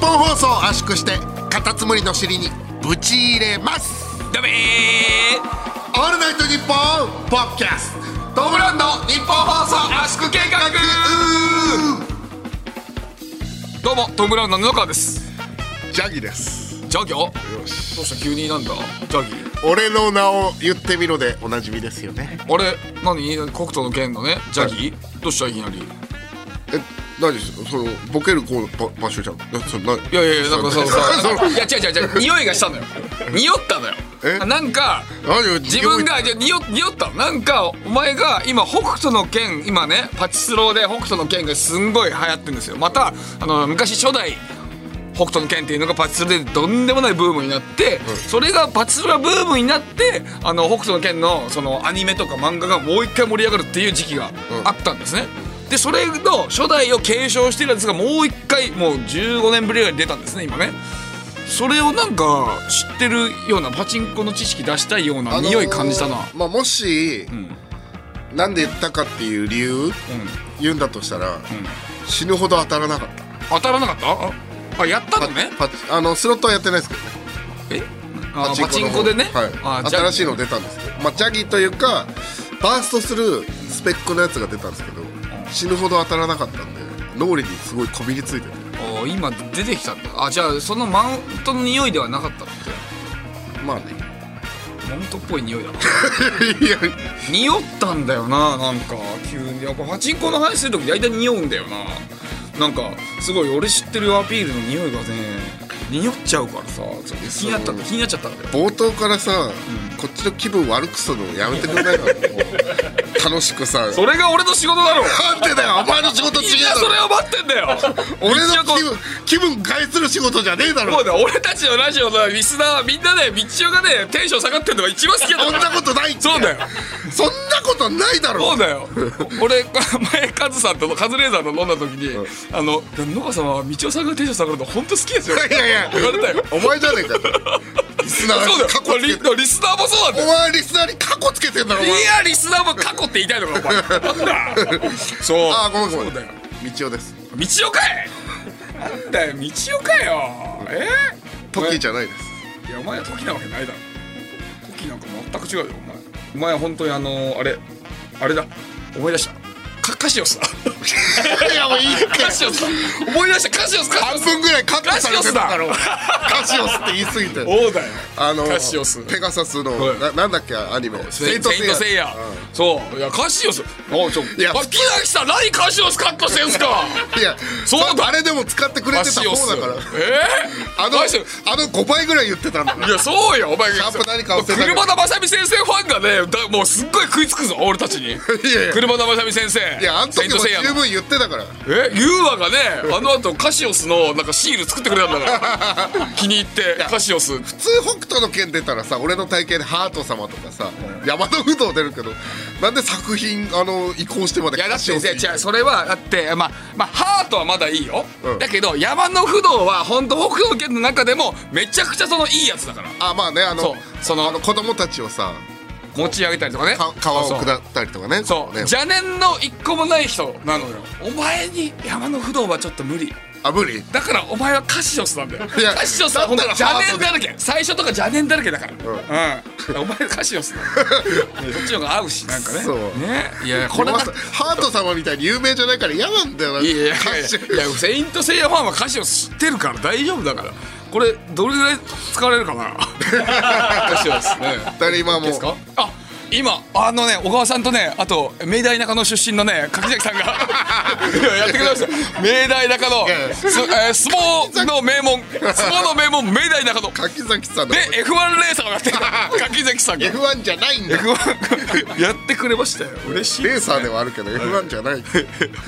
酵素を圧縮してカタツムリの尻にぶち入れますダメオールナイトニッポンポッドキャストトムブラウンド日本放送圧縮計画ーどうもトム・ブラウンの布川ですジャギですジャギョどよしうした急になんだジャギ俺の名を言ってみろでおなじみですよねあれ何国土の剣のねジャギ、どうしたいきなりいえ何ですそのボケるコーパ場所じゃんなそんないやいやいやなんかそのさ その いや違う違う違う匂いがしたのよ匂ったのよえなんか何を自分がじゃあ匂匂ったのなんかお前が今北斗の剣今ねパチスローで北斗の剣がすんごい流行ってるんですよまたあの昔初代北斗の剣っていうのがパチスロでとんでもないブームになって、それがパチスロがブームになってあの北斗の剣のそのアニメとか漫画がもう一回盛り上がるっていう時期があったんですね、でそれの初代を継承してるやつがもう一回もう15年ぶりぐらいに出たんですね今ねそれをなんか知ってるようなパチンコの知識出したいような匂い感じたな、あのーまあ、もし、なんで言ったかっていう理由、言うんだとしたら、死ぬほど当たらなかった当たらなかったああやったのねパチあのスロットはやってないですけどねえあパチンコでね、はいあ、じゃ新あしいの出たんですけど、まあ、ジャギというかバーストするスペックのやつが出たんですけど死ぬほど当たらなかったんで脳裏にすごいこびりついてるお今出てきたんだあじゃあそのマウントの匂いではなかったってまあね マウントっぽい匂いだないや匂ったんだよななんか急にやっぱパチンコの話する時大体匂うんだよななんかすごい俺知ってるアピールの匂いがね匂っちゃうからさちょっと気になった気になっちゃったんだよ冒頭からさ、こっちの気分悪くするのやめてくれないかな楽しくさそれが俺の仕事だろなんでだよお前の仕事違みんなうだそろれを待ってんだよ 俺の道夫気分気分害する仕事じゃねえだろもうね俺たちのラジオのリスナーはみんなね道夫がねテンション下がってるのが一番好きなんそんなだことないってそう だよそんなことないだろそうだよ俺前カズさんとカズレーザーと飲んだ時にうん「あの野川さんは道夫さんがテンション下がるの本当好きですよ」いやいや言われたよお前じゃねえかリスナーそうにだよ過去つけてリリスナーもそうなおんだよ前リスナーに過去つけてんだろお前いやリスナーも過去って言いたいのかお前なんだそ うああごめんごめんそうだよ道夫です道夫かいなんだよ道夫かよえトッキーじゃないですいやお前は時なわけないだろ時なんか全く違うよお前お前は本当にあのあれあれだ思い出したカカシオスだいやもういいってカシオスだ 思い出したカシオスカシオ半ス分ぐらいカットされてんだろカシオスって言い過ぎてそうだよあのカシオスペガサスのはいななんだっけアニメセイントセイイヤ、そういやカシオスおうちょいやあ木崎さん何カシオスカットしてん すかいやそうだあれでも使ってくれカてシたオス方だからえー、あのカシオスあの5倍ぐらい言ってたんだからいや そうよお前シャープ何か忘れたけど車田正美先生ファンがねだもうすっごい 食いつくぞ俺たちにやいや車田正美先生いやあの時もセイントセイヤの十分言ってたからえユーアがねあの後カシオスのなんかシール作ってくれたんだから 気に入ってカシオス普通北斗の剣出たらさ俺の体型でハート様とかさ山の不動出るけどなんで作品あの移行してまでいやだってカシオス違うそれはだってまあまあハートはまだいいよ、うんだけど山の不動は本当北斗の拳の中でもめちゃくちゃそのいいやつだからあまあねあのそうそのあの子供たちをさ持ち上げたりとかねか川を下ったりとかねそうそうね邪念の一個もない人なのよお前に山の不動はちょっと無理あ無理だからお前はカシオスなんだよいやカシオスは本当にだったら邪ハー念トでだらけ最初とか邪念だらけだからうん、お前はカシオスなんだよそっちの方が合うしなんかねそうねいやこれだごめんなさいハート様みたいに有名じゃないから嫌なんだよないやいやいやカシオいやセイントセイヤファンは歌詞を知ってるから大丈夫だからこれどれぐらい使われるか な歌詞をですねだから今もうですかあ今あのね小川さんとねあと明大中野出身のね柿崎さん がいややってくれました明大中野やいやすえー相撲の名 門相撲の名門明大中野柿崎さんので F1 レーサーを やってる柿崎さんが F1 じゃないんだよ F1 やってくれましたよ嬉しいレーサーではあるけど F1 じゃないよ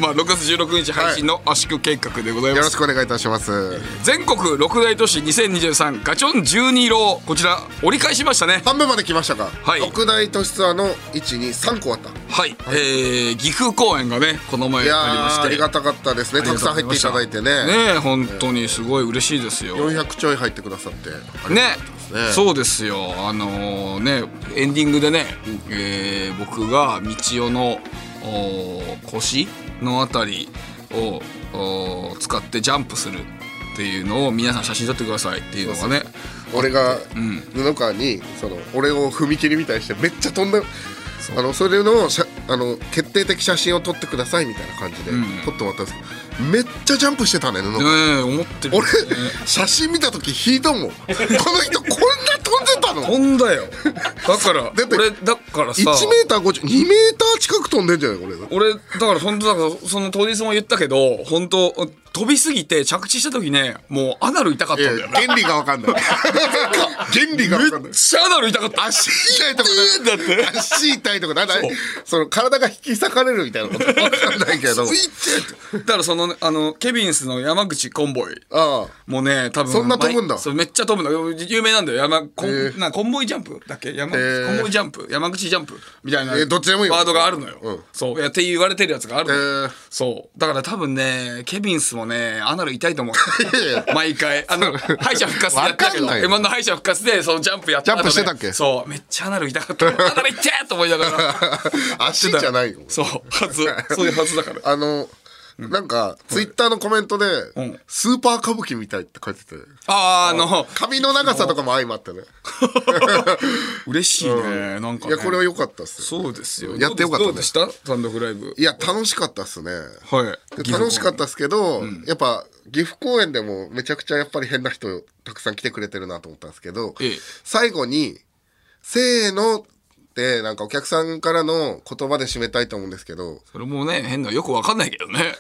まあ6月16日配信の圧縮計画でございます、ろしくお願いいたします全国六大都市2023ガチョン12郎こちら折り返しましたね半分まで来ましたかはい六大都市ツアーの123個あったはい、えー、岐阜公演がねこの前あいりやましーてありがたかったですねたくさん入っていただいてねねえ本当にすごい嬉しいですよね400ちょい入ってくださってねそうですよあのーねエンディングでね、えー僕が道代のおー腰のあたりをおー使ってジャンプするっていうのを皆さん写真撮ってくださいっていうのがね俺が布川にその俺を踏切みたいにしてめっちゃ飛んだあのそれの写あの決定的写真を撮ってくださいみたいな感じで撮ってもらったんですけど、めっちゃジャンプしてたね布川ねえ思ってる俺写真見た時引いたもんこの人こんな飛んでたの飛んだよだからだって俺だからさ 1m502m 近く飛んでんじゃないこれ俺だから本当だからその当日も言ったけど本当飛びすぎて着地した時ねもうアナル痛かったんだいよやね原理が分か んない原理が分かんめなっいちゃアナル痛かった足痛いとかだって足痛いとかだってその体が引き裂かれるみたいなこと分かんないけどだからそのねあのケビンスの山口コンボイああもうね多分そんな飛ぶんだ毎そうめっちゃ飛ぶんだ有名なんだよ山コン,、へなコンボイジャンプだっけ山口、へーコンボイジャンプ山口ジャンプみたいなえーどっちでもいいよワードがあるのよ、うんそういやって言われてるやつがあるのよ、へーそうだから多分ねケビンスもねアナル痛いと思ういやい や毎回あの敗者復活でやったけどわかんないよ M−1 の敗者復活でそのジャンプやった後ねジャンプしてたっけそうめっちゃアナル痛かったアナル痛えと思いながら 足じゃない よそうはずそういうはずだからあのなんかツイッターのコメントでん「スーパー歌舞伎みたい」って書いててあーあの髪の長さとかも相まってね嬉しいねなんかいねやこれは良かったっすよそうですよ。やってよかったねどうでした単独ライブ。いや楽しかったっすねはい。で楽しかっったっすけど、やっぱ岐阜公演でもめちゃくちゃやっぱり変な人たくさん来てくれてるなと思ったんですけど、ええ最後に「せーの」ってなんかお客さんからの言葉で締めたいと思うんですけどそれもね、変な、よくわかんないけ どね。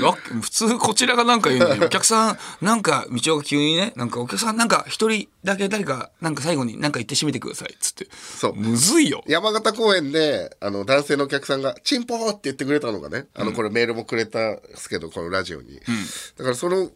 わ普通、こちらがなんか言うのに、お客さん、なんか、道が急にね、なんかお客さん、なんか一人だけ誰か、なんか最後になんか言って締めてください、つって。そうむずいよ。山形公演であの男性のお客さんが「チンポー!」って言ってくれたのがねあのこれメールもくれたんですけどこのラジオに、だからその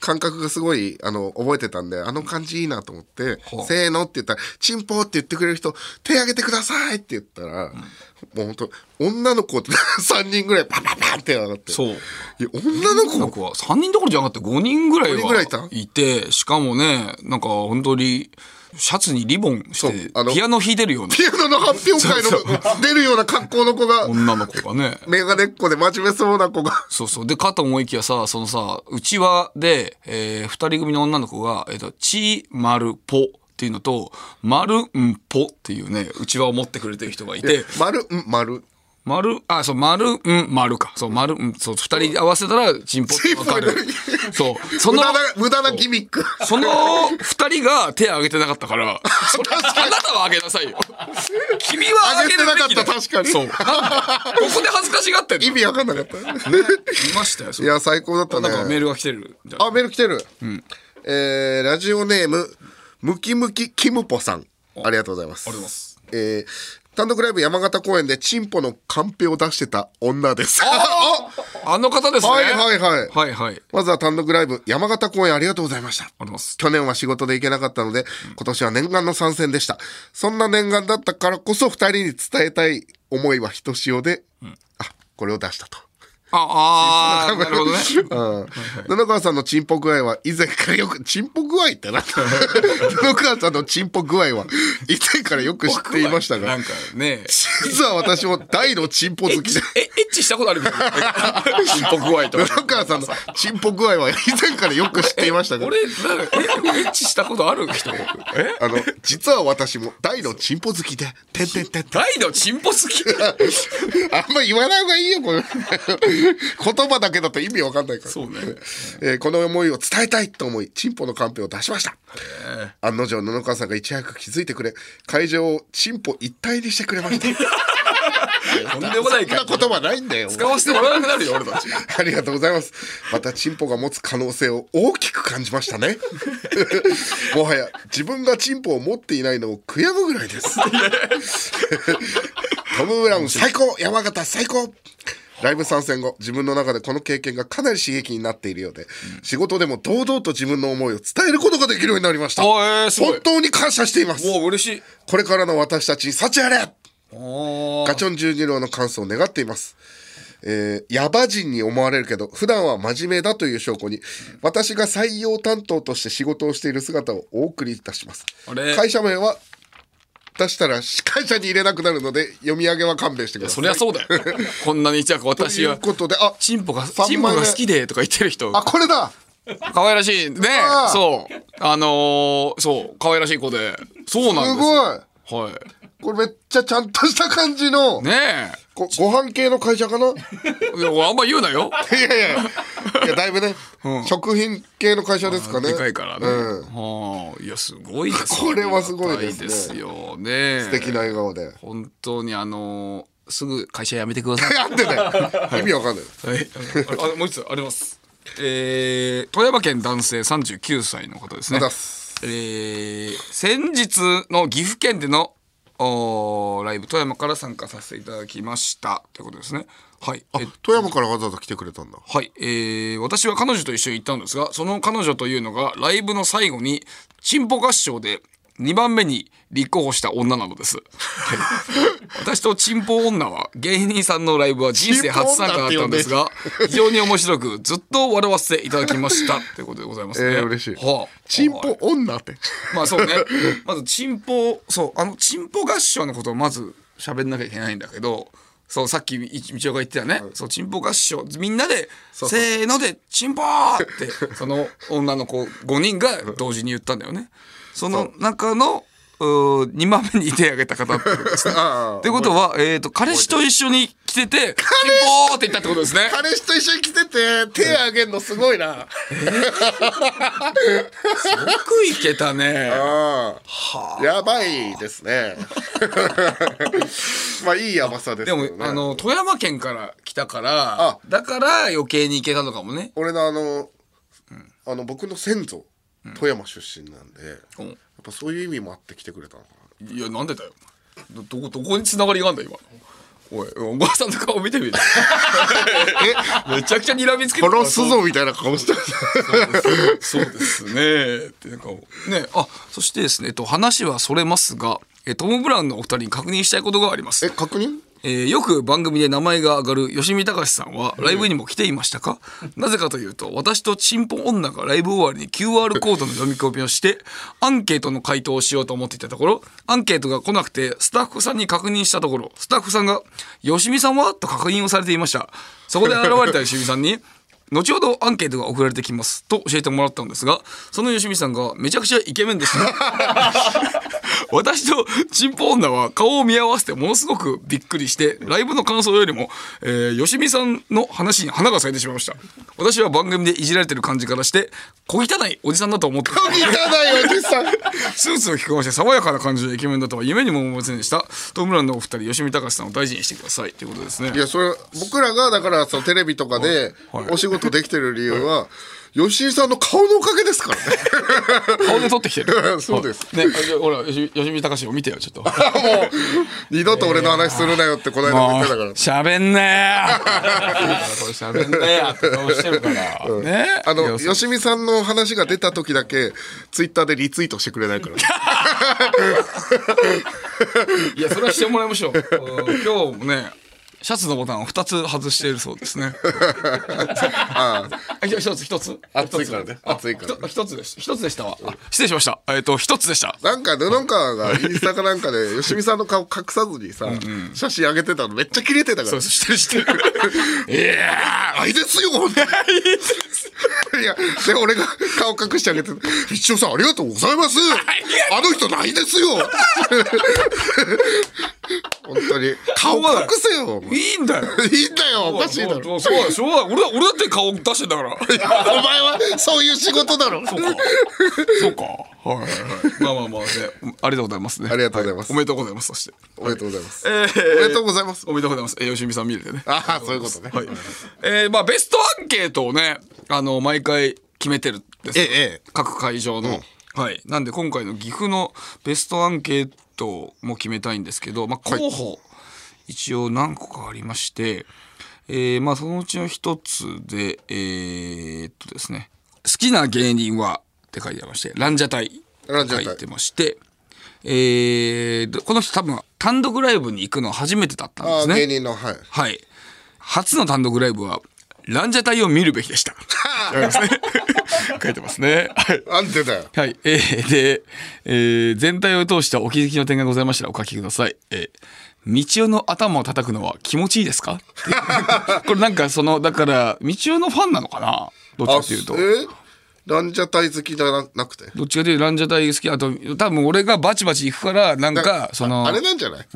感覚がすごいあの覚えてたんであの感じいいなと思ってほ「うせーの」って言ったら「チンポー!」って言ってくれる人「手挙げてください!」って言ったら、もう本当女の子って 3人ぐらいパンパンパンって上がってそういや女の子僕は3人どころじゃなくて5人ぐらい五人ぐらいいたはて、しかもね、なんか本当に、シャツにリボンしそうてあ、のピアノ弾いてるようなピアノの発表会の出るような格好の子が女の子がね。メガネっ子で真面目そうな子が。そうそう。で、かと思いきやさ、そのさ、うちわで、えー、二人組の女の子が、えっ、と、ち、まる、ぽっていうのと、まる、ん、ぽっていうね、うちわを持ってくれてる人がいて、丸、ん、丸。まる、あ、そう、まる、ん、まるか。そう、まる、ん、そう、二人合わせたら、ちんぽってわかるちんぽに。そう。その無、駄な、無駄なギミック。その二人が手を挙げてなかった から、それあなたは挙げなさいよ。君は挙げるべきだよ挙げてなかった確かにそう。なんでここで恥ずかしがってんの意味わかんなかった。いましたよ、そいれや、最高だったなんかメね。ールが来てるじゃん。あ、メール来てる。えーラジオネーム、ムキムキキムポさん。ありがとうございます。ありがとうございますえー単独ライブ山形公演でチンポのカンペを出してた女です。あの方ですね。はいはいはいはいはい。ありがとうまずは単独ライブ山形公演ありがとうございました。ございます。去年は仕事で行けなかったので、今年は念願の参戦でした。そんな念願だったからこそ二人に伝えたい思いはひとしおで、あ、これを出したと。ああー、なるほどね。 うん布川さんのチンポ具合は以前からよく、チンポ具合って なんだ布川さんのチンポ具合は以前からよく知っていましたながん、か ね、実は私も大のチンポ好きで、え、エッチしたことあるけど。進歩具合 とか。布川さんのチンポ具合は以前からよく知っていましたが、俺、なんか、え、エッチしたことある人えあの、実は私も大のチンポ好きで、てんてんてんてん。大のチンポ 好きあんま言わない方がいいよ、これ。 言葉だけだと意味わかんないから。そうね。えーこの思いを伝えたいと思い、チンポのカンペを出しました。案の定、布川さんがいち早く気づいてくれ、会場をチンポ一体にしてくれました。とんでもないそんなか。言葉ないんだよ。使わせてもらわなくなるよ、俺たち。 ありがとうございます。また、チンポが持つ可能性を大きく感じましたね。 もはや、自分がチンポを持っていないのを悔やむぐらいです。 トム・ブラウン最高山形最高ライブ参戦後自分の中でこの経験がかなり刺激になっているようで、仕事でも堂々と自分の思いを伝えることができるようになりましたおーえーすごい本当に感謝していますもう嬉しい。これからの私たちに幸あれおガチョン十二郎の感想を願っています。えー、ヤバ人に思われるけど、普段は真面目だという証拠に、私が採用担当として仕事をしている姿をお送りいたしますあれ。会社名は、出したら司会者に入れなくなるので、読み上げは勘弁してください。そりゃそう だよ。こんなに一躍と私いうは、ことで、あ、チンポが、三枚チンポが好きでとか言ってる人。あ、これだ可愛らしいねああそうあのーそう可愛らしい子でそうなんすですごいごいはこれめっちゃちゃんとした感じの、いねごご飯系の会社かな いえいや俺あんま言うなよやいやいやいやだいぶね、食品系の会社ですかねでかいからね、うんはあいやすごいです これはすごいですねありがたいですよね素敵な笑顔で本当にあのーすぐ会社辞めてくだ さいやってない意味わかんないはい、あもう一つあります。えー、富山県男性39歳の方ですねあざっす。えー、先日の岐阜県でのおーライブ富山から参加させていただきましたということですね。はい。え富山からわざわざ来てくれたんだはい、えー、私は彼女と一緒に行ったんですが、その彼女というのがライブの最後に、チンポ合唱で2番目に立候補した女なの です。はい、私とチンポ女は芸人さんのライブは人生初参加だったんですが、非常に面白くずっと笑わせていただきました。ということでございますね。えー嬉しいはあ、チンはいポ女ってまあそうね。まずチンポ、そう、あの、チンポ合唱のことをまず喋んなきゃいけないんだけど、そう、さっきい道夫が言ってたね、そう、チンポ合唱、みんなで、せーので、チンポーって、その女の子5人が同時に言ったんだよね。その中の、2番目に手を挙げた方 ってことですねああってことは、えっと、彼氏と一緒に来てて、チンポーって言ったってことです ね。彼氏と一緒に来てて手あげんのすごいなよくいけたね。ああやばいです ねまあいい甘さですでけども、ねあの富山県から来たからあだから余計に行けたのかもね俺のあの,、あの僕の先祖富山出身なんで、うやんっぱそういう意味もあって来てくれたのかいやなんでだよどどこどこに繋がりがあんだ今おいおばさんの顔見て みるめちゃくちゃ睨みつけてなる殺すぞみたいな顔してる そうですね。ってなんかねあそしてですねえっと話はそれますがえトム・ブラウンのお二人に確認したいことがありま すえ確認 えーよく番組で名前が上がる吉見隆さんはライブにも来ていましたか、なぜかというと私とチンポ女がライブ終わりに QR コードの読み込みをしてアンケートの回答をしようと思っていたところアンケートが来なくてスタッフさんに確認したところスタッフさんが「吉見さんは?」と確認をされていましたそこで現れた吉見さんに後ほどアンケートが送られてきますと教えてもらったんですがその吉見さんがめちゃくちゃイケメンでした 私とチンポ女は顔を見合わせてものすごくびっくりしてライブの感想よりも、えー、吉見さんの話に花が咲いてしまいました私は番組でいじられてる感じからして小汚いおじさんだと思って 汚いおじさんスーツを着こなして爽やかな感じのイケメンだとは夢にも思いませんでしたトムランのお二人吉見隆さんを大事にしてくださいということですねいやそれ僕らがだからそのテレビとかではいお仕事できてる理由は吉井さんの顔のおかげですから顔で撮ってきて るそうですねあじゃあほら吉吉見隆を見てよちょっとねもう二度と俺の話するなよってこの間も言ってたから喋んね え喋んねえやって顔してるから、ねあいやの吉見さんの話が出た時だけツイッターでリツイートしてくれないからいや、それはしてもらいましょう。うん今日もね、シャツのボタンを二つ外しているそうですね。 あ、ひと一つ、一つ。暑いからね暑いからひと一つでした。一つでしたわ。あ失礼しました。えっ、と、一つでした。なんか布川がインスタかなんかで吉見さんの顔隠さずにさ写真上げてたのめっちゃキレてたかそらう、してる、して る。いやあいですよ いやで俺が顔隠してあげて「一応さんありがとうございますあの人ないですよ」 本当に顔隠せよーいいんだよ。いいんだよおかしいだろろ。そうだ、そうだ。俺は、俺だって顔出してんだ から。お前はそういう仕事だろそうか。はいはいはい。まあまあまあ、ね、ありがとうございますね。ありがとうございますおめでとうございます。そして。おめでとうございますえおめーでとうございますおめでとうございます。えー、吉見さん見れてね。ああそういうことねはい。えーまあベストアンケートをね、あの毎回決めてるんですよ。ええええ各会場の、はい。なんで今回の岐阜のベストアンケートも決めたいんですけど、まあ候補、一応何個かありまして、えーまあそのうちの一つで、えーっとですね、好きな芸人はって書いてありまして、ランジャタイ。ランジャタイ書いてまして。えーこの人多分単独ライブに行くの初めてだったんであすあ芸ね。人のはいはい。初の単独ライブは、ランジャタイを見るべきでした。 書いてますね。はい。なんでだよはい。えーで、えー全体を通したお気づきの点がございましたらお書きください。えー、道夫の頭を叩くのは気持ちいいですか これなんかその、だから、道夫のファンなのかなどっちかっていうと。えランジャタイ好きじゃななくてどっちかというとランジャタイ好きあと多分俺がバチバチ行くからなんかそのあれなんじゃない、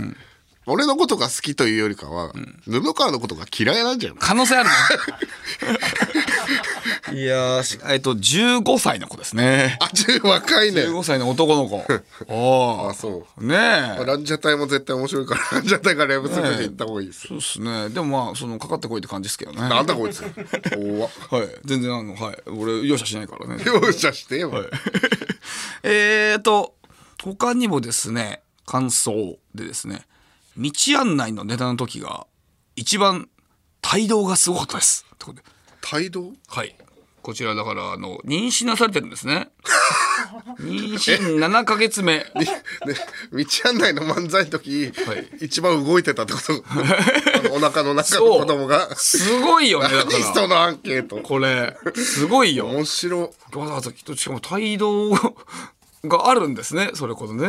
俺のことが好きというよりかは、布川のことが嫌いなんじゃない可能性ある ねいやーしえっと15歳の子ですねあちょ若いね15歳の 男の子おあーそうねえランジャタイも絶対面白いから ランジャタイがライブするまで行った方がいいです、そうですねでもまあそのかかってこいって感じですけどねなはんだこいつ怖っい全然あのはい俺容赦しないから ね容赦してよ、えーと他にもですね感想でですね道案内のネタの時が一番帯同がすごかったですってことで態度はいこちらだからあの妊娠なされてるんです ね妊娠7ヶ月目ね、道案内の漫才の時、はい一番動いてたってこと あのお腹の中そのう子供がすごいよねだ何かそらのアンケートこれすごいよ面白わざわざきっとしかも帯同があるんですねそれこそね、え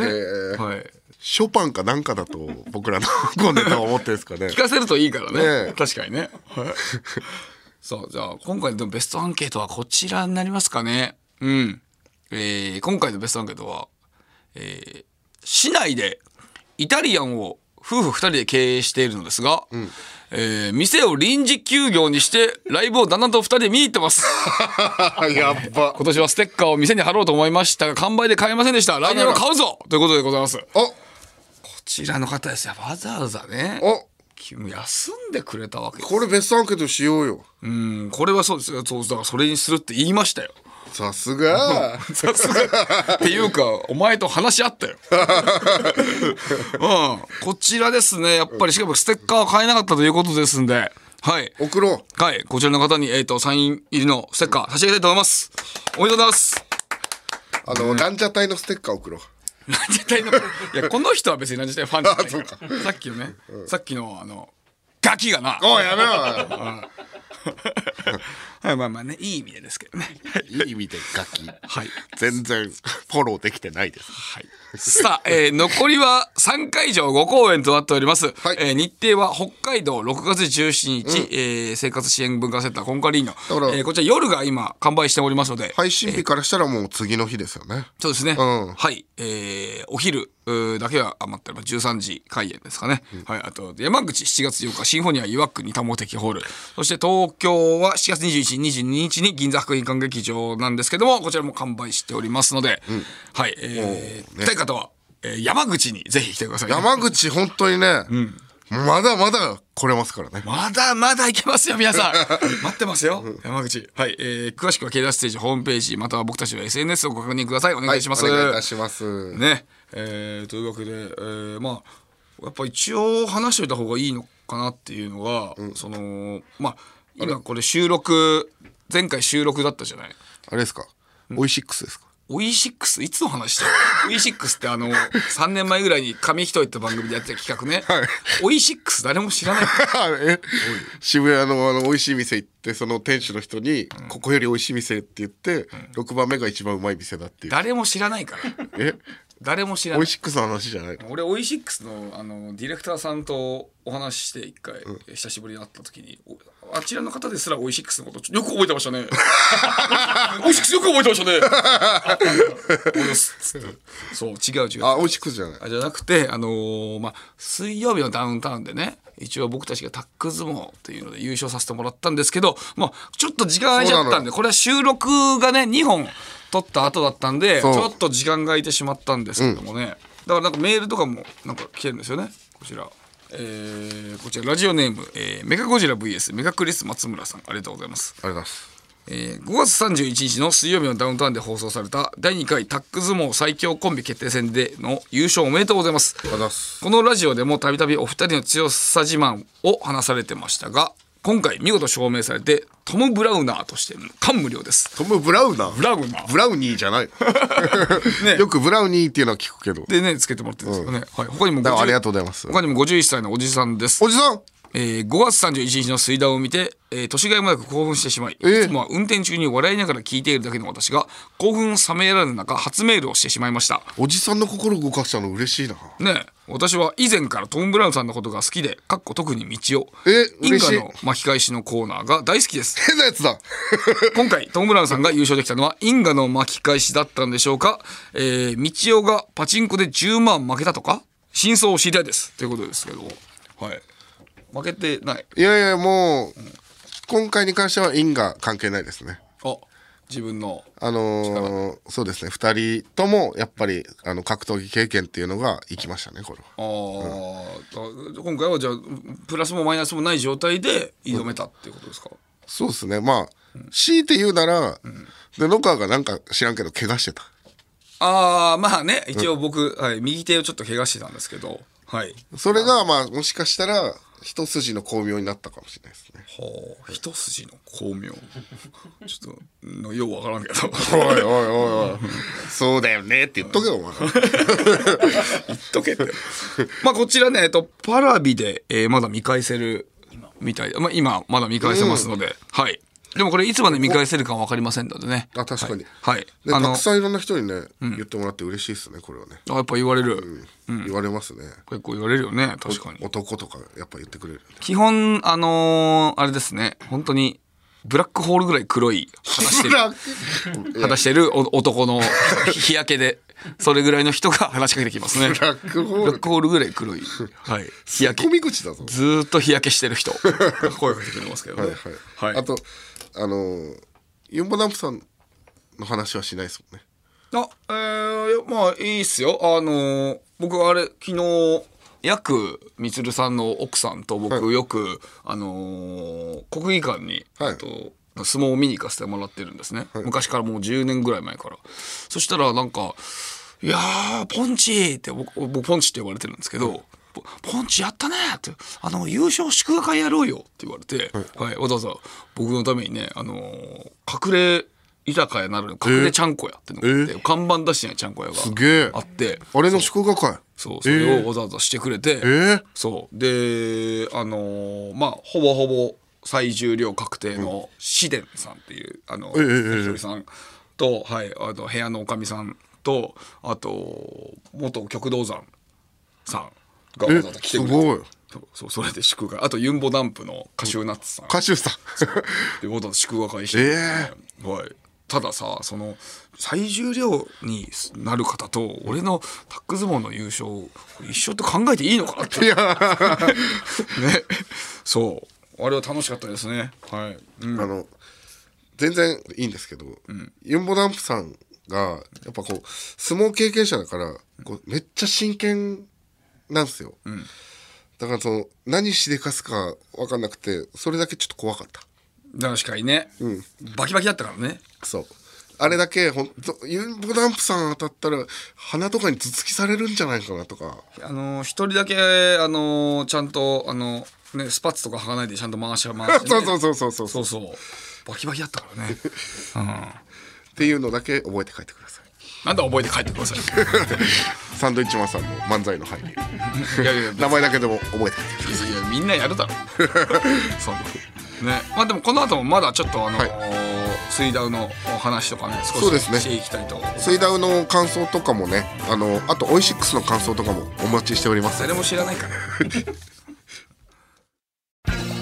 ーはいショパンかなんかだと僕 らのごネタを思ってるんです かね聞かせるといいからねねえ確かにね はいさあじゃあ今回のベストアンケートはこちらになりますかねうん、えー今回のベストアンケートは、えー市内でイタリアンを夫婦2人で経営しているのですが、えー店を臨時休業にしてライブを旦那と2人で見に行ってます やっば今年はステッカーを店に貼ろうと思いましたが完売で買えませんでした来年は買うぞということでございますこおちらの方ですよわざわざねお休んでくれたわけですこれベストアンケートしようようん、これはそうですよ。そうだからそれにするって言いましたよ。さすがさすが。っていうか、お前と話し合ったよ。うん。こちらですね。やっぱりしかもステッカーは買えなかったということですんで。はい。送ろうはい。こちらの方に、えっ、と、サイン入りのステッカー差し上げたいと思います。おめでとうございます。あの、ランジャタイのステッカー送ろうランジャタイの、 いや、この人は別にランジャタイファンじゃないあから。さっきのね、さっきの、あの、ガキがな。おいやめろはい、まあまあね、いい意味でですけどね。いい意味でガキはい。全然フォローできてないですはい、さあ、えー残りは3会場5公演となっております、はいえー日程は北海道6月17日、えー生活支援文化センターコンカリーノから、えーこちら夜が今完売しておりますので、配信日からしたらもう次の日ですよねそうですね、うんはい、えーお昼うーだけは余ってれば13時開演ですかね、はい、あと山口7月8日シンフォニア岩国多目的ホールそして東京は7月21日22日に銀座博品館劇場なんですけどもこちらも完売しておりますので、はい、えーね来たい方は、えー山口にぜひ来てください、山口本当にね、まだまだ来れますからねまだまだいけますよ、皆さん。待ってますよ、山口。はい、えー詳しくは、ケイダーステージホームページ、または僕たちの SNS をご確認ください。お願いします。お願いいたします、ねえーというわけで、えーまあやっぱ一応話しておいた方がいいのかなっていうのが、そのまあ今これ収録前回収録だったじゃないあれですかオイシックスですか オイシックスいつの話 したオイシックスってあの3年前ぐらいに「紙一重」って番組でやってた企画ね、オイシックス誰も知らないえ渋谷のあの美味しい店行ってその店主の人に、ここより美味しい店って言って、六6番目が一番うまい店だっていう誰も知らないからえ誰も知らオイないシックスの話じゃないの俺オイシックスのあのディレクターさんとお話しして一回、久しぶりに会った時におあちらの方ですらオイシックスのことちょよく覚えてましたね オイシックスよく覚えてましたねおよすつってそう違う違うあオイシックスじゃないあじゃなくて、あのーまあ、水曜日のダウンタウンでね一応僕たちがタック相撲っていうので優勝させてもらったんですけどもうちょっと時間空いちゃっそうたなんのでこれは収録がね2本取った後だったんでちそうょっと時間が空いてしまったんですけどもね、だからなんかメールとかもなんか来てるんですよねこちら。えーこちらラジオネーム、えーメガゴジラ VS メガクリス松村さんありがとうございますありがとうございますえー5月31日の水曜日のダウンタウンで放送された第2回タック相撲最強コンビ決定戦での優勝おめでとうございますありがとうございますこのラジオでもたびたびお二人の強さ自慢を話されてましたが今回見事証明されてトム・ブラウナーとして感無量ですトム・ブラウナーブラウナーブラウニーじゃ ない、ねよくブラウニーっていうのは聞くけどでねつけてもらってるんですよね、はい、他にもだからありが50とうございます他にも51歳のおじさんですおじさんえー5月31日の水田を見て、えー年がいもなく興奮してしまい、えいつもは運転中に笑いながら聞いているだけの私が興奮を冷められる中初メールをしてしまいましたおじさんの心を動かしたの嬉しいなねえ私は以前からトム・ブラウンさんのことが好きでかっこ特に道をえ因嬉し果いの巻き返しのコーナーが大好きです変なやつ だ今回トム・ブラウンさんが優勝できたのは因果の巻き返しだったんでしょうか、えー、道夫がパチンコで10万負けたとか真相を知りたいですということですけどはい負けてないいやいやもう今回に関しては因果関係ないですねあ自分のあのーそうですね2人ともやっぱりあの格闘技経験っていうのが生きましたねこれはあー、だ今回はじゃあプラスもマイナスもない状態で挑めたっていうことですか、そうですねまあ、強いて言うなら、でノカがなんか知らんけど怪我してたああまあね一応僕、はい、右手をちょっと怪我してたんですけどはいそれがまあもしかしたら一筋の巧妙になったかもしれないですねほう一筋の巧妙ちょっとのようわからんけどおいおいおいおい そうだよねって言っとけよお前ど けて。まあこちらね、えっと、パラビで、えーまだ見返せるみたいで、まあ今まだ見返せますので、はい。でもこれいつまで見返せるかわかりませんのでね。あ確かにはい。はいであたのく、さんいろんな人にね、言ってもらって嬉しいですねこれはね、あやっぱ言われる、言われますね結構言われるよね、確かに。男とかやっぱ言ってくれるよね基本、あのーあれですね、本当に、ブラックホールぐらい黒い、話 してる。話してるお男の日焼けで、それぐらいの人が話しかけてきますね。ブラックホブーラルックホールぐらい黒い、はい、日焼け込。み口だぞずーっと日焼けしてる人 声かけてくれますけどねはいはい、あとあのーユンボダンプさんの話はしないですもんねあえー、いやまあいいっすよあのー僕あれ昨日ヤクみつるさんの奥さんと僕、はよくあのー国技館に、はいえっと相撲を見に行かせてもらってるんですね、昔からもう10年ぐらい前からそしたらなんか「いやーポンチー!」って僕僕ポンチって呼ばれてるんですけど「ポポンチやったね!」って「あの優勝祝賀会やろうよ」って言われて、はいわざわざ僕のためにね、あのー隠れ居酒屋なるの隠れちゃんこやっていうのがあって、え看板出してないちゃんこ屋がすげえあってあれの祝賀会そうそれえをわざわざしてくれて、えーそうであのーまあほぼほぼ最重量確定の紫伝さんっていうあのええええ関取さんと、はい、あと部屋のおかみさんとあと元極道山さんがわざわざ来てくれえすてごいそうそうそれで祝賀あとユンボダンプのカシューナッツさん歌手さんでわざわざ祝賀会して、えはい、たださその最重量になる方と俺のタック相撲の優勝これ一緒って考えていいのかなっていや ねそうあれは楽しかったですねはい、うんあの全然いいんですけど、ユンボダンプさんがやっぱこう相撲経験者だからこうめっちゃ真剣なんですよ、だからその何しでかすか分かんなくてそれだけちょっと怖かった確かにね、バキバキだったからねそうあれだけ本当ユンボダンプさん当たったら鼻とかに頭突きされるんじゃないかなとかあのー一人だけあのーちゃんとあのねスパッツとか履かないでちゃんと回しは回して、ね、 そうそうそうそうそうそうそうバキバキだったか らね、うん、っていうのだけ覚えて帰ってくださいなんだ覚えて帰ってくださいサンドイッチマンさんの漫才の入りいやいや名前だけでも覚えて帰ってくださいいやみんなやるだろ そんなねまあでもこの後もまだちょっとあのはい水ダウのお話とかね少そうしですねしていきたいと思います水ダウの感想とかもねあのあとオイシックスの感想とかもお待ちしております誰も知らないから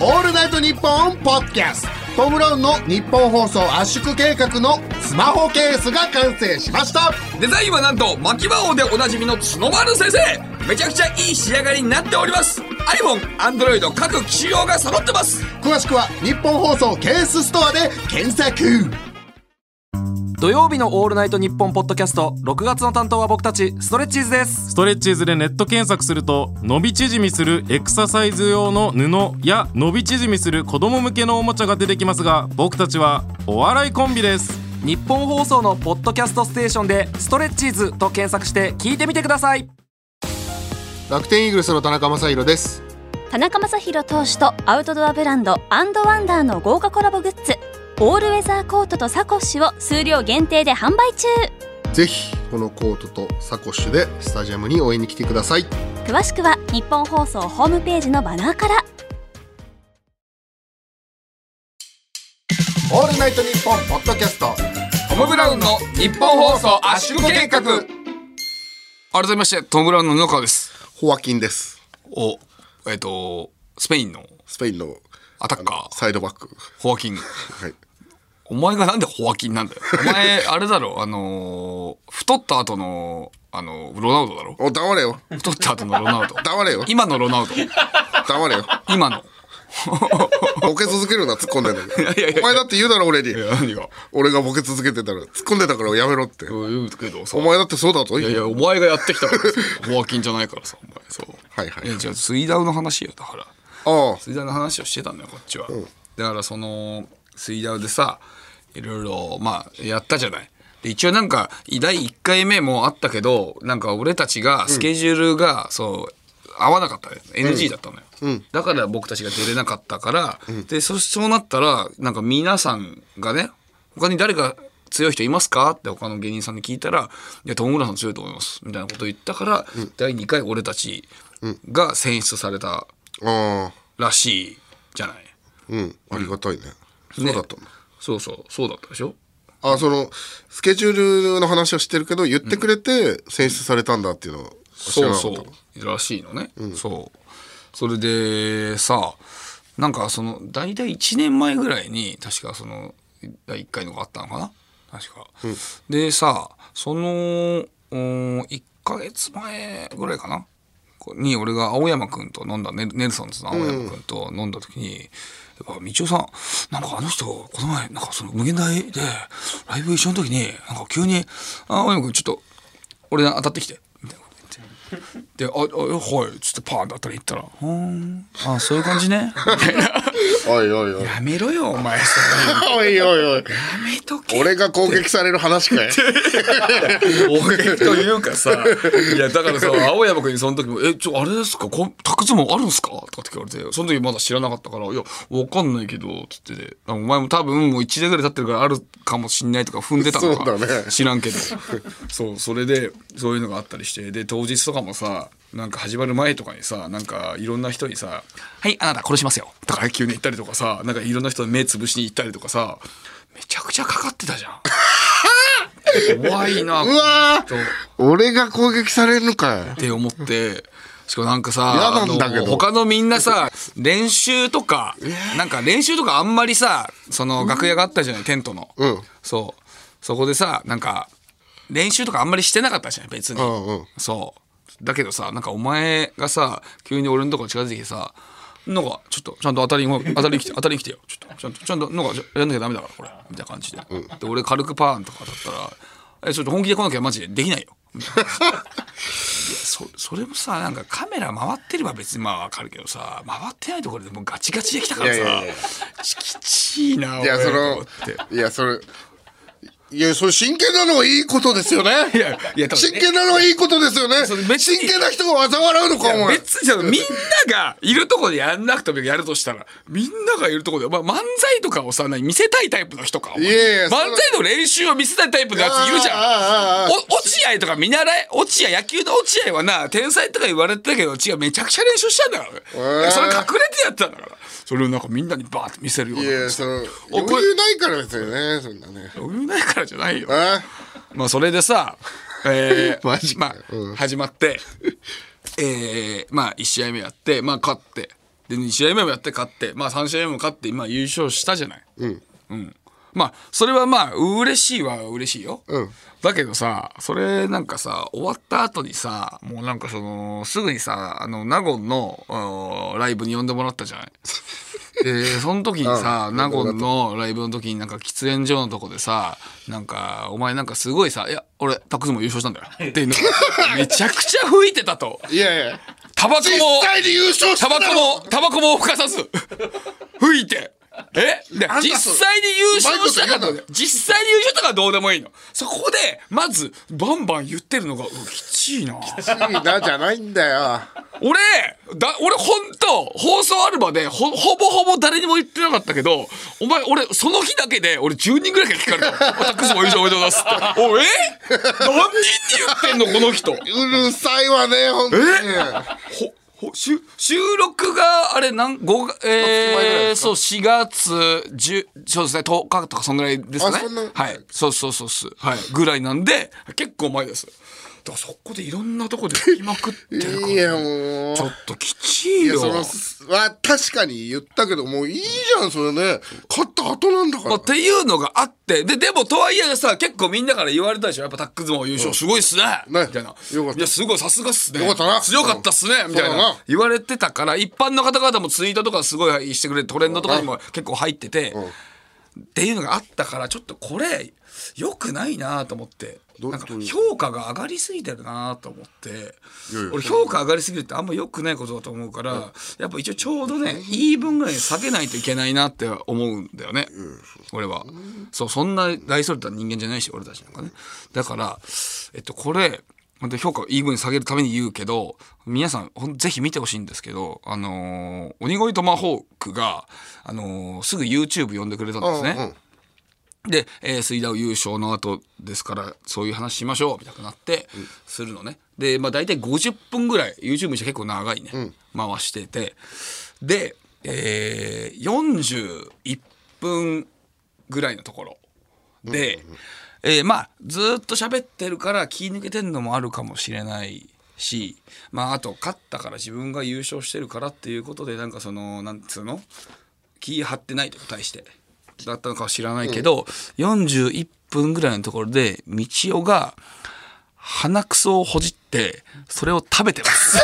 オールナイトニッポンポッドキャストトム・ブラウンの日本放送圧縮計画のスマホケースが完成しましたデザインはなんと巻き魔王でおなじみの角丸先生めちゃくちゃいい仕上がりになっております iPhone、Android 各機種用が揃ってます詳しくは日本放送ケースストアで検索土曜日の「オールナイトニッポン」ポッドキャスト6月の担当は僕たちストレッチーズですストレッチーズでネット検索すると伸び縮みするエクササイズ用の布や伸び縮みする子供向けのおもちゃが出てきますが僕たちはお笑いコンビです日本放送のポッドキャストステーションで「ストレッチーズ」と検索して聞いてみてください楽天イーグルスの田中将大です田中将大投手とアウトドアブランドアンドワンダーの豪華コラボグッズオールウェザーコートとサコッシュを数量限定で販売中ぜひこのコートとサコッシュでスタジアムに応援に来てください詳しくは日本放送ホームページのバナーからオールナイトニッポン」ポッドキャストトム・ブラウンの日本放送圧縮計画改めましてトム・ブラウンの布川ですホアキンですおえっ、とスペインのスペインのアタッカーサイドバックホアキンはいお前がなんでホアキンなんだよお前あれだろあのー太った後のあのロナウドだろお黙れよ太った後のロナウド黙れよ今のロナウド黙れよ今のボケ続けるな突っ込んでんだけど いやいやお前だって言うだろ俺に何が俺がボケ続けてたら突っ込んでたからやめろって言うけどさお前だってそうだといやいやお前がやってきたからさ ホアキンじゃないからさお前そうはいはいはいやじゃあ水ダウの話よだからああ水ダウの話をしてたんだよこっちは、だからその水ダウでさいろいろまあやったじゃないで一応なんか第1回目もあったけどなんか俺たちがスケジュールが、そう合わなかったね NG だったのよ、だから僕たちが出れなかったから、でそそうなったらなんか皆さんがね他に誰か強い人いますかって他の芸人さんに聞いたら「いや友村さん強いと思います」みたいなことを言ったから、第2回俺たちが選出されたああらしいじゃないうんありがたいねそうだったんだそうそうそうだったでしょあそのスケジュールの話をしてるけど言ってくれて選出されたんだっていうのを知らそうなかそったうらしいのね、そうそれでさなんかその大体1年前ぐらいに確かその第1回のがあったのかな確か、でさその1ヶ月前ぐらいかなに俺が青山君と飲んだネルネルソンズの青山君と飲んだ時に「やっぱ道夫さんなんかあの人この前なんかその無限大でライブ一緒の時になんか急に「あ青山君ちょっと俺当たってきて」みたいなこと言って。で、あ、あ、はい、つってパーンだったら行ったら、ほーん、あ、そういう感じね。おいおいおい やめろよ、お前。おいおいおいやめとけ。俺が攻撃される話かい 俺というかさ、いや、だからさ、青山君にその時も、え、ちょ、あれですか、こんタクズもあるんですかとかって聞かれて、その時まだ知らなかったから、いや、わかんないけど、つってて、あお前も多分もう1年ぐらい経ってるからあるかもしんないとか踏んでたのか。そうだね知らんけどそうそれでそういうのがあったりしてで当日とかもさなんか始まる前とかにさなんかいろんな人にさ「はいあなた殺しますよ」とか急に言ったりとかさなんかいろんな人に目つぶしに行ったりとかさめちゃくちゃかかってたじゃん怖いなうわと俺が攻撃されるのかっいて思って。しかもなんか嫌なさ、んだけどあの他のみんなさ、練習とか、なんか練習とかあんまりさ、その楽屋があったじゃない、テントの。うんそう。そこでさ、なんか、練習とかあんまりしてなかったじゃない、別に。うんうんそう。だけどさ、なんかお前がさ、急に俺のとこ近づいてきてさ、なんか、ちょっと、ちゃんと当たりに、当たりに来て、当たりに来てよ。ちょっと、ちゃんと、ちゃんと、なんか、やんなきゃダメだから、これ。みたいな感じで。で、俺軽くパーンとかだったら、え、ちょっと本気で来なきゃマジでできないよ。 そそれもさなんかカメラ回ってれば別にまあわかるけどさ回ってないところでもうガチガチできたからいやいやいさやチキチいないや俺そと思のっていやそれいやそれ真剣なのはいいことですよね いやいや多分真剣なのはいいことですよねそれ別に真剣な人が嘲笑うのかお前別にそのみんながいるとこでやんなくてもやるとしたらみんながいるとこで、まあ、漫才とかをさ何見せたいタイプの人かお前いやいや漫その才の練習を見せたいタイプのやついるじゃんああああああお落合とか見習え落合野球の落合はな天才とか言われてたけど違うめちゃくちゃ練習したんだからえーそれ隠れてやってたんだからそれをなんかみんなにバーって見せるよういなやそのおこれ余裕ないからですよねそんなね余裕ないからじゃないよあまあそれでさ、えーマジまあ、始まって、えーまあ1試合目やって、まあ勝って、で2試合目もやって勝って、まあ3試合目も勝って、今優勝したじゃない。うん。まあ、それはまあ、嬉しいは嬉しいよ。うんだけどさ、それなんかさ、終わった後にさ、もうなんかその、すぐにさ、あの、納言のあーライブに呼んでもらったじゃ ない。でその時にさ納言のライブの時になんか喫煙所のとこでさなんかお前なんかすごいさ「いや俺タックスも優勝したんだよ」っていうの がめちゃくちゃ吹いてたといやいやタバコも実際に優勝しただタバろコもタバコもふかさず 吹いてえであんたそう実際に優勝したかうまいこと言どうな実際に優勝したかどうでもいいのそこでまずバンバン言ってるのがうわきちいな地位なじゃないんだよ俺だ俺ほんと放送あるまでほほぼほぼ誰にも言ってなかったけどお前俺その日だけで俺10人ぐらいから聞かれ た「おタックスも優勝おめでとうございます」って「おえ何人に言ってんのこの人」うるさいわね本当にほほしゅ収録があれなん5月前ぐらいえでー、すそう4月10そうですね10日とかそんぐらいですねあそんなはいそうそうそうっすはいぐらいなんで結構前ですだからそこでいろんなとこで聞きまくってるからいやもうちょっときちいいやよそのすは確かに言ったけどもういいじゃんそれね勝った後なんだかまあらっていうのがあってででもとはいえさ結構みんなから言われたでしょやっぱタック相撲優勝すごいっすね、ねみたいなよかったいやすごいさすがっすねよかったな強かったっすね、うんみたいそうだなな言われてたから一般の方々もツイートとかすごいしてくれてトレンドとかにも結構入ってて、っていうのがあったからちょっとこれよくないなと思ってどなんかどういう評価が上がりすぎてるなと思ってやいや俺評価上がりすぎるってあんま良くないことだと思うから、やっぱ一応ちょうどねいい分ぐらいに下げないといけないなって思うんだよね、俺はそうそんな大それた人間じゃないし俺たちなんかねだからえっとこれ本当に評価をいい分に下げるために言うけど皆さんほんぜひ見てほしいんですけどあのー鬼越トマホークが、あのーすぐ YouTube 呼んでくれたんですね、うんうんで、えー、水ダウ優勝の後ですからそういう話しましょうみたいになってするのね、で、まあ、大体50分ぐらい YouTube にして結構長いね、回しててで、えー、41分ぐらいのところで、えーまあずーっと喋ってるから気抜けてんのもあるかもしれないしまああと勝ったから自分が優勝してるからっていうことでなんかそのなんつうの気張ってないというか対してだったのかは知らないけど、41分ぐらいのところで道夫が鼻くそをほじってそれを食べてます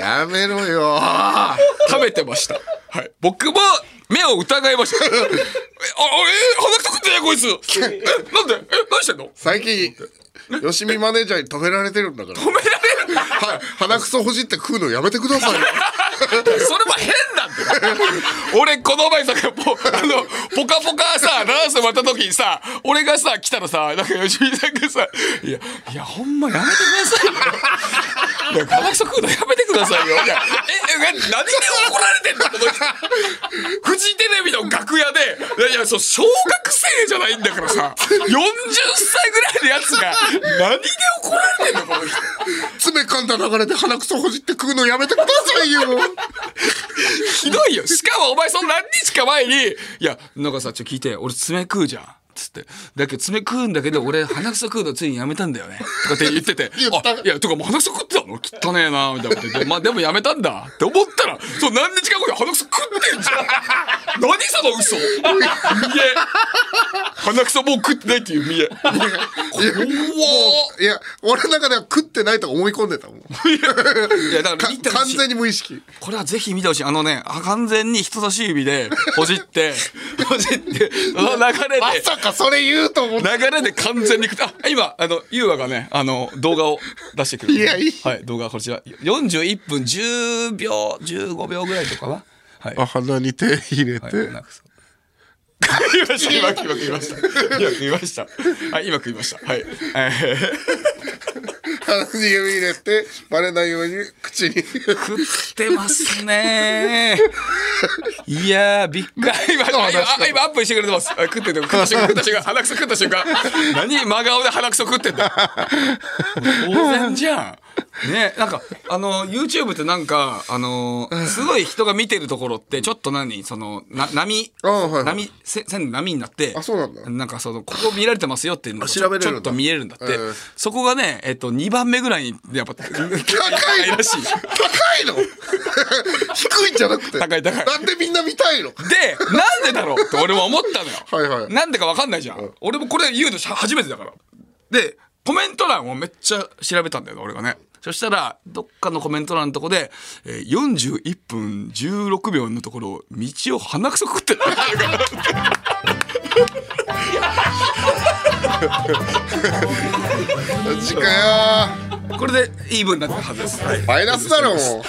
やめろよ 食べてましたはい僕も目を疑いました えああえ鼻くそ食ってないこいつえなんでえ何してんの最近よしみマネージャーに止められてるんだから褒められるは鼻くそほじって食うのやめてくださいよそれも変なんだよ俺この前さポあのポカポカさランスまた時にさ俺がさ来たらさなんか吉井さんがさ「いやいやほんまやめてくださいよ」いや「金木さん食うのやめてくださいよ」いやええ何で怒られてんだこの人フジテレビの楽屋で「いやいやそう小学生じゃないんだからさ40歳ぐらいのやつが何で怒られてんだこの人」爪噛んだ流れで鼻くそほじって食うのやめてくださいよひどいよ。しかもお前その何日か前に、いや、なんかさ、ちょ聞いて、俺爪食うじゃん。つって。だけど爪食うんだけど、俺鼻くそ食うのついにやめたんだよね。とかって言ってて、あ、いや、とかもう鼻くそ食ってたの汚ねえなみたいなこと言って、まあでもやめたんだ。って思ったら、そう何日か後に鼻くそ食ってんじゃん。何その嘘見え。鼻くそもう食ってないっていう見え。怖っいや俺の中では食ってないと思い込んでたもんいや、だかから見てほ完しい全に無意識これはぜひ見てほしい。あのね、あ完全に人差し指で、ほじって、ほじ って、その流れまで、さかそれ言うと思って流れで完全にくっあ、今、あの、ゆうわがね、あの、動画を出してくれる。いやいいはい、動画こちら。41分10秒、15秒ぐらいとかははい。あ鼻に手入れて、 はい、なくそう。食いました、今食いました。今食いました。はい、今食いました。はい。えー鼻に指入れてバレないように口に食ってます ね。いやー、びっくり。今、今あ今アップしてくれてます。あ食ってて、食った瞬間、食った瞬 間、鼻くそ食った瞬間。何真顔で鼻くそ食ってんだ。当然じゃん。ね、なんか、あの、YouTube ってなんか、あの、すごい人が見てるところって、ちょっと何、その、な波、あはいはい波、せ線波になって、あそうなんだなんかその、ここ見られてますよっていうのが調べれるんだちょっと見えるんだって。ええそこがね、えっと、2番目ぐらいに、やっぱ、 高いらし高い。い の低いんじゃなくて高い高いなんでみんな見たいので、なんでだろうって俺は思ったのよ。はいはいなんでかわかんないじゃん。俺もこれ言うのしゃ初めてだから。で、コメント欄をめっちゃ調べたんだよね、俺がね。そしたら、どっかのコメント欄のとこで、えー41分16秒のところ、道を鼻くそ食ってる。マジかよこれでイーブンになってるはずです。はい。マイナスだ ろもう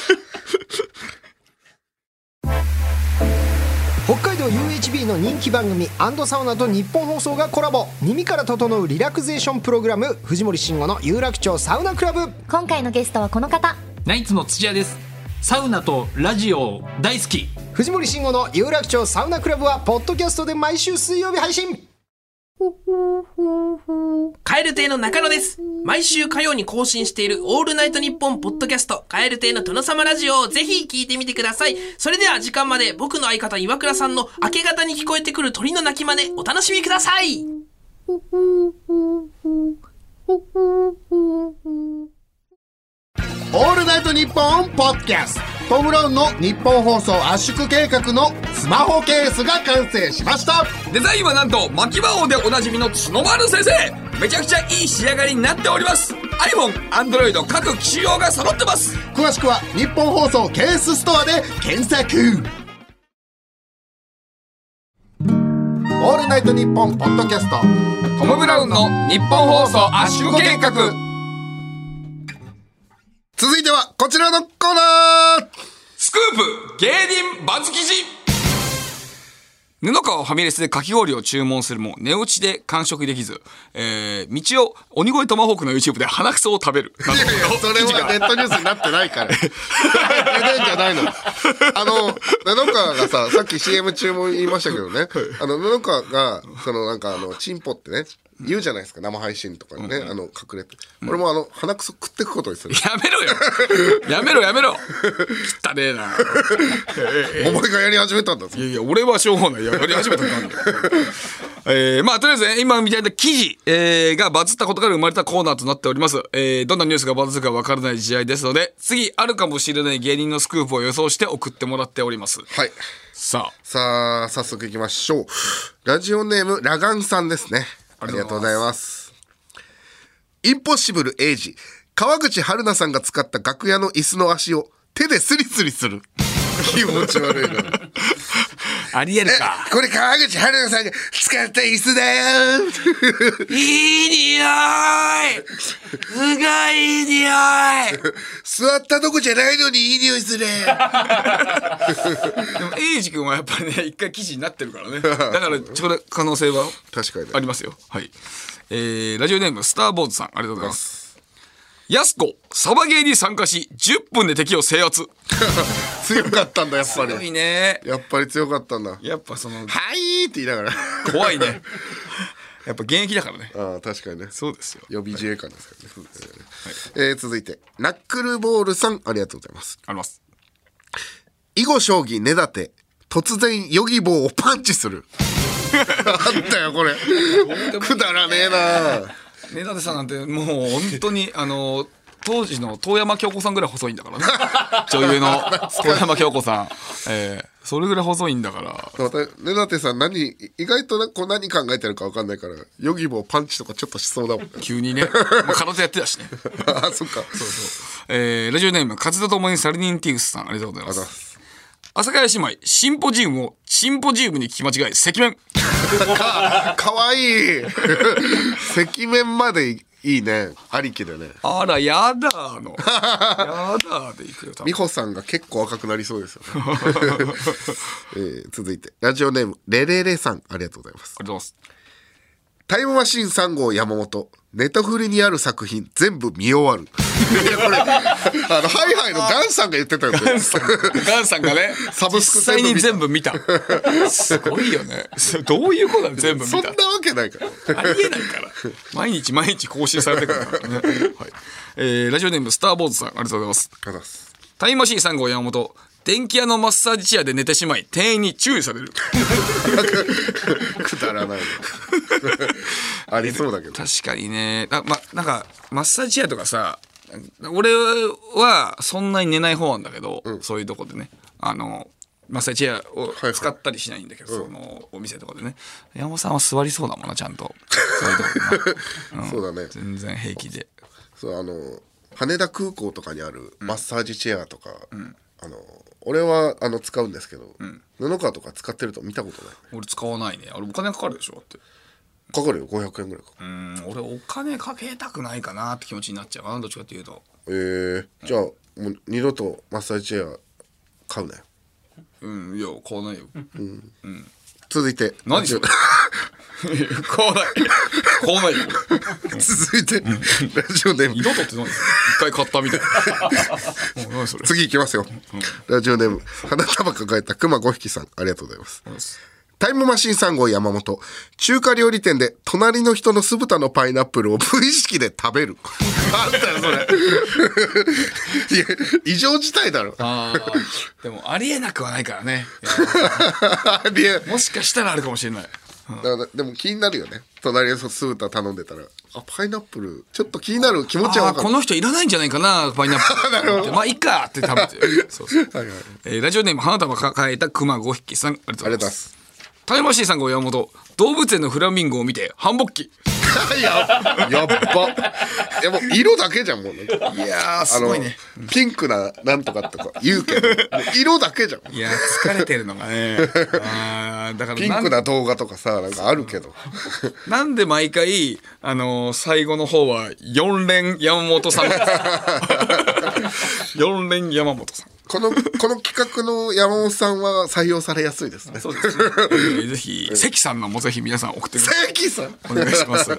北海道 UHB の人気番組アンドサウナと日本放送がコラボ耳から整うリラクゼーションプログラム藤森慎吾の有楽町サウナクラブ今回のゲストはこの方ナイツの土屋ですサウナとラジオ大好き藤森慎吾の有楽町サウナクラブはポッドキャストで毎週水曜日配信カエル亭の中野です。毎週火曜に更新しているオールナイトニッポンポッドキャスト、カエル亭の殿様ラジオをぜひ聞いてみてください。それでは時間まで僕の相方岩倉さんの明け方に聞こえてくる鳥の鳴き真似、お楽しみください。オールナイトニッポンポッドキャストトム・ローンの日本放送圧縮計画のスマホケースが完成しましたデザインはなんと巻き魔王でおなじみの角丸先生めちゃくちゃいい仕上がりになっております iPhone、Android 各機種用が揃ってます詳しくは日本放送ケースストアで検索オールナイトニッポンポッドキャストトム・ブラウンの日本放送圧縮計画続いてはこちらのコーナースクープ芸人バズ記事布川ファミレスでかき氷を注文するも寝落ちで完食できず、えー、道を鬼越トマホークの YouTube で鼻くそを食べるなどいやい やそれはネットニュースになってない から出てんじゃないのあの布川がささっき CM 中も言いましたけどね、あの布川がそのなんかあのチンポってね言うじゃないですか生配信とかにね、あの隠れて、俺もあの鼻くそ食ってくことにする やめろよやめろやめろ汚ねえなお前がやり始めたんだぞいやいや、俺はしょうがない。いややり始めたんだ。えー、まあ、とりあえずね、今みたいな記事、えー、がバズったことから生まれたコーナーとなっております。えー、どんなニュースがバズるかわからない時代ですので、次あるかもしれない芸人のスクープを予想して送ってもらっております。はいさあ、さあ早速いきましょうラジオネームラガンさんですねありがとうございますインポッシブルエイジ川口春奈さんが使った楽屋の椅子の足を手でスリスリする気持ち悪 いなありえるか。これ川口春奈さんが使った椅子だよいい匂いすごいいい匂い座ったとこじゃないのにいい匂いするでも、エイジ君はやっぱりね、一回記事になってるからね。だから、それ可能性は確かにありますよ。はい。えー、ラジオネーム、スターボーズさん、ありがとうございます。やすこ、サバゲーに参加し、10分で敵を制圧。強かったんだやっぱすごいりね。やっぱり強かったんだやっぱその、はいーって言いながら怖いね。やっぱ現役だからね。ああ確かにねそうですよ。予備自衛官ですからね、えー続いてナックルボールさんありがとうございますあります。囲碁将棋根立て突然ヨギボーをパンチする あったよこれくだらねえな根立さんなんてもう本当に、あ の、当時の遠山京子さんぐらい細いんだからね。 女優の遠山京子さん。えー、それぐらい細いんだから。また根立てさん何意外となこう何考えてるか分かんないからヨギボーパンチとかちょっとしそうだもんね 急にね。もう空手やってたしね。あそっかえー、ラジオネーム、勝田ともにサルニンティウスさん、ありがとうございま。あざます阿佐ヶ谷姉妹、シンポジウムをシンポジウムに聞き間違え、赤面。かわいい 赤面までいいねありきでねあら、やだーの。やだーでいくよ、多分美穂さんが結構赤くなりそうです よね、えー続いてラジオネームレレレさんありがとうございますありがとうございます。タイムマシーン3号山本ネタフリにある作品全部見終わる いやこれあのハイハイのガンさんが言ってたよねガンさんがね、サブスク実際に全部見た。すごいよね。それどういうことなの全部見そんなたわ。けないからありえない から。毎日毎日更新されてくるからね。はい。えー、ラジオネーム、スターボーズさん、ありがとうございます。タイムマシーン3号山本、電気屋のマッサージチェアで寝てしまい、店員に注意される。くだら ないのありそうだけど確かにねな,、ま、なんかマッサージチェアとかさ俺はそんなに寝ない方なんだけど、そういうとこでねあのマッサージチェアを使ったりしないんだけど、そのお店とかでね山本さんは座りそうだもんなちゃんとそういうとこでなんそうだね全然平気でそうあの羽田空港とかにあるマッサージチェアとか、あの俺はあの使うんですけど、布川とか使ってると見たことない俺使わないねあれお金かかるでしょだってかかるよ500円ぐらいかかる、うん俺お金かけたくないかなって気持ちになっちゃうかなどっちかっていうとえーじゃあもう二度とマッサージチェア買うなようんいや買わないよ続いて何ラジオ買わない買わない よ 俺続いて、ラジオネー二 ム度とって何一回買ったみたいな。もう何それ。次いきますよ、ラジオネーム花束抱えた熊5匹さんありがとうございますタイムマシーン3号山本中華料理店で隣の人の酢豚のパイナップルを無意識で食べる あんたよそれ いや異常事態だろ ああーでもありえなくはないからねりえもしかしたらあるかもしれないだからでも気になるよね隣の酢豚頼んでたらあパイナップルちょっと気になる気持ちは分あーかこるの人いらないんじゃないかなパイナップル まあいいかって食べてそうそう、はいはいえーラジオネーム花束抱えた熊5匹さんありがとあうりがとうござございまいますすタイムマシーンさんが山本動物園のフラミンゴを見て反勃起ややっば いやもう色だけじゃんもうなんかいやーあすのごいねピンクななんとかとか言うけどもう色だけじゃんいや疲れてるのがねあーだからピンなんクな動画とかさなんかあるけどなんで毎回、あのー最後の方は4連山本さん 四連山本さんこのこの企画の山本さんは採用されやすいです ねそうですね、え ーぜひ関さんのもぜひ皆さん送ってください関さんお願いします、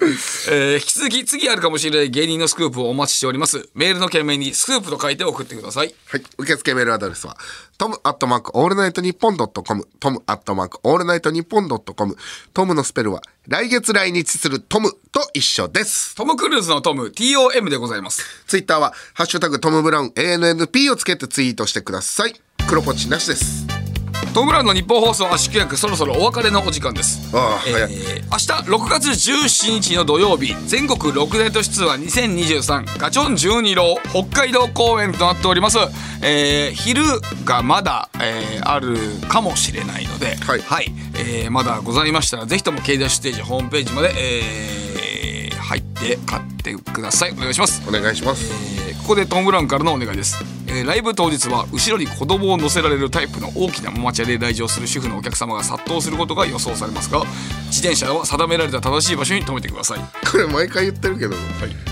えー引き続き次あるかもしれない芸人のスクープをお待ちしておりますメールの件名にスクープと書いて送ってくださいはい。受付メールアドレスは、トムアットマークオールナイトニッポンドットコム、トムアットマークオールナイトニッポンドットコム、トムのスペルは、来月来日するトムと一緒です。トム・クルーズのトム TOM でございますツイッターは、ハッシュタグトムブラウン ANNP をつけてツイートしてください。黒ポチなしです。トム・ブラウンの日本放送圧縮役そろそろお別れのお時間ですああ、え早い。ー明日6月17日の土曜日全国6大都市ツアー2023ガチョン12楼北海道公演となっております、えー昼がまだ、えーあるかもしれないので、はいえーまだございましたらぜひとも経済ステージホームページまで、えー入って買ってくださいお願いしますお願いします。えーここでトム・ブラウンからのお願いです、えーライブ当日は後ろに子供を乗せられるタイプの大きなママチャで来場する主婦のお客様が殺到することが予想されますが自転車は定められた正しい場所に停めてくださいこれ毎回言ってるけど、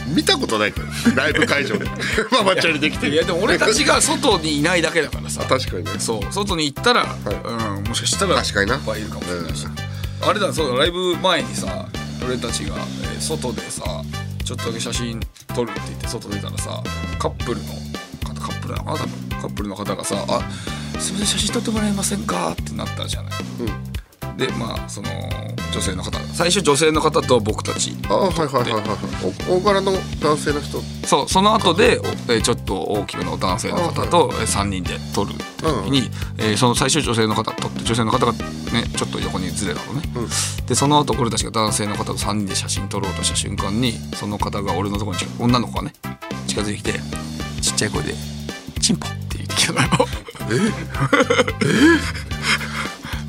見たことないから、ライブ会 場で。ママチャリできてる。いやでも俺たちが外にいないだけだからさ確かにね。そう外に行ったら、うん、もしかしたら確かにないっぱいいるかもしれないし、あれだそうだライブ前にさ俺たちが、えー外でさちょっとだけ写真撮るって言って外出たらさカップルの方カップルなのかな多分カップルの方がさ「あすみません写真撮ってもらえませんか?」ってなったじゃない、でまあその女性の方最初女性の方と僕たちあはいはいはいはいはい。お大柄の男性の人。そうその後で、おえーちょっと大きめの男性の方とえー3人で撮るって時に、えーその最初女性の方撮って女性の方がねちょっと横にずれたのね、でその後俺たちが男性の方と3人で写真撮ろうとした瞬間にその方が俺のところに近女の子がね近づいてきてちっちゃい声で「チンポ」って言ってきたのよ。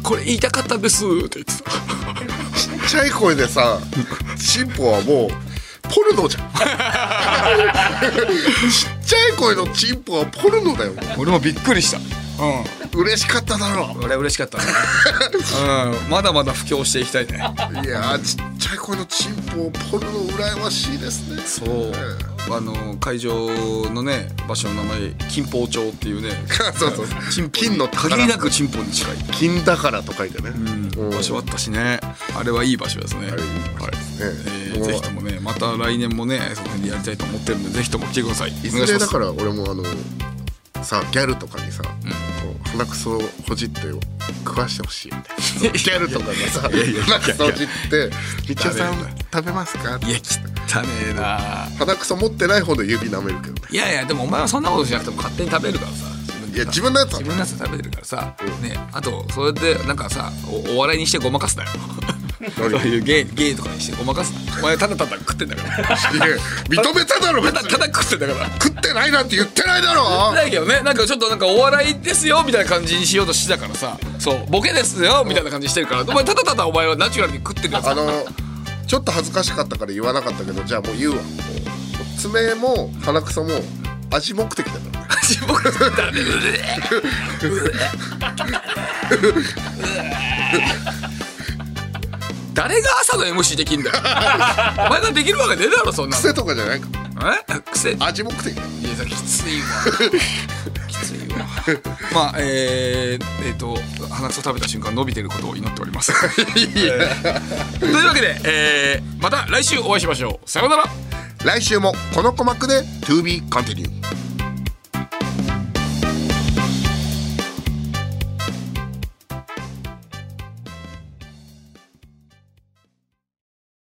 これ言いたかったんですって言ってた。ちっちゃい声でさ、チンポはもうポルノじゃ ん。ちっちゃい声のチンポはポルノだよ。俺もびっくりした。うん。嬉しかっただろ俺は嬉しかったね、 うん、まだまだ布教していきたいねう。いやー、ちっちゃい声のチンポポルノ羨ましいですね。そうあの会場のね場所の名前金峰町っていうね そうそう金峰に金の宝限りなく金峰に近い金だからと書いてね。うん場所あったしねあれはいい場所ですね、はいえーもうぜひともねまた来年もねその辺でやりたいと思ってるんでぜひとも来てくださいいいずれだから俺もあのさギャルとかにさ、こう鼻くそをほじって食わしてほしいみたいな ギャルとかがさ鼻くそほじって「みちおさん食べますか?」いや汚ねえな鼻くそ持ってない方の指舐めるけどねいやいやでもお前はそんなことしなくても勝手に食べるからさいや自分のやつは自分のやつ食べてるからさ、ねあとそれでなんかさおお笑いにしてごまかすなよそういうゲイゲイとかにしてごまかすなお前ただただ食ってんだからいや 認めただろた別だにただ食ってんだから食ってないなんて言ってないだろだけどねなんかちょっとなんかお笑いですよみたいな感じにしようとしてたからさそうボケですよみたいな感じにしてるからお前ただただお前はナチュラルに食ってるからさあのちょっと恥ずかしかったから言わなかったけどじゃあもう言うわ爪も鼻くそも味目的だからね自分が食ったらねうえ誰が朝の MC できんだよお前ができるわけねえだろそんなの癖とかじゃないからえ癖味目的だいやきついわきついわまあえー、えーと鼻くそ食べた瞬間伸びてることを祈っておりますというわけで、えーまた来週お会いしましょうさようなら来週もこの鼓膜で To be continued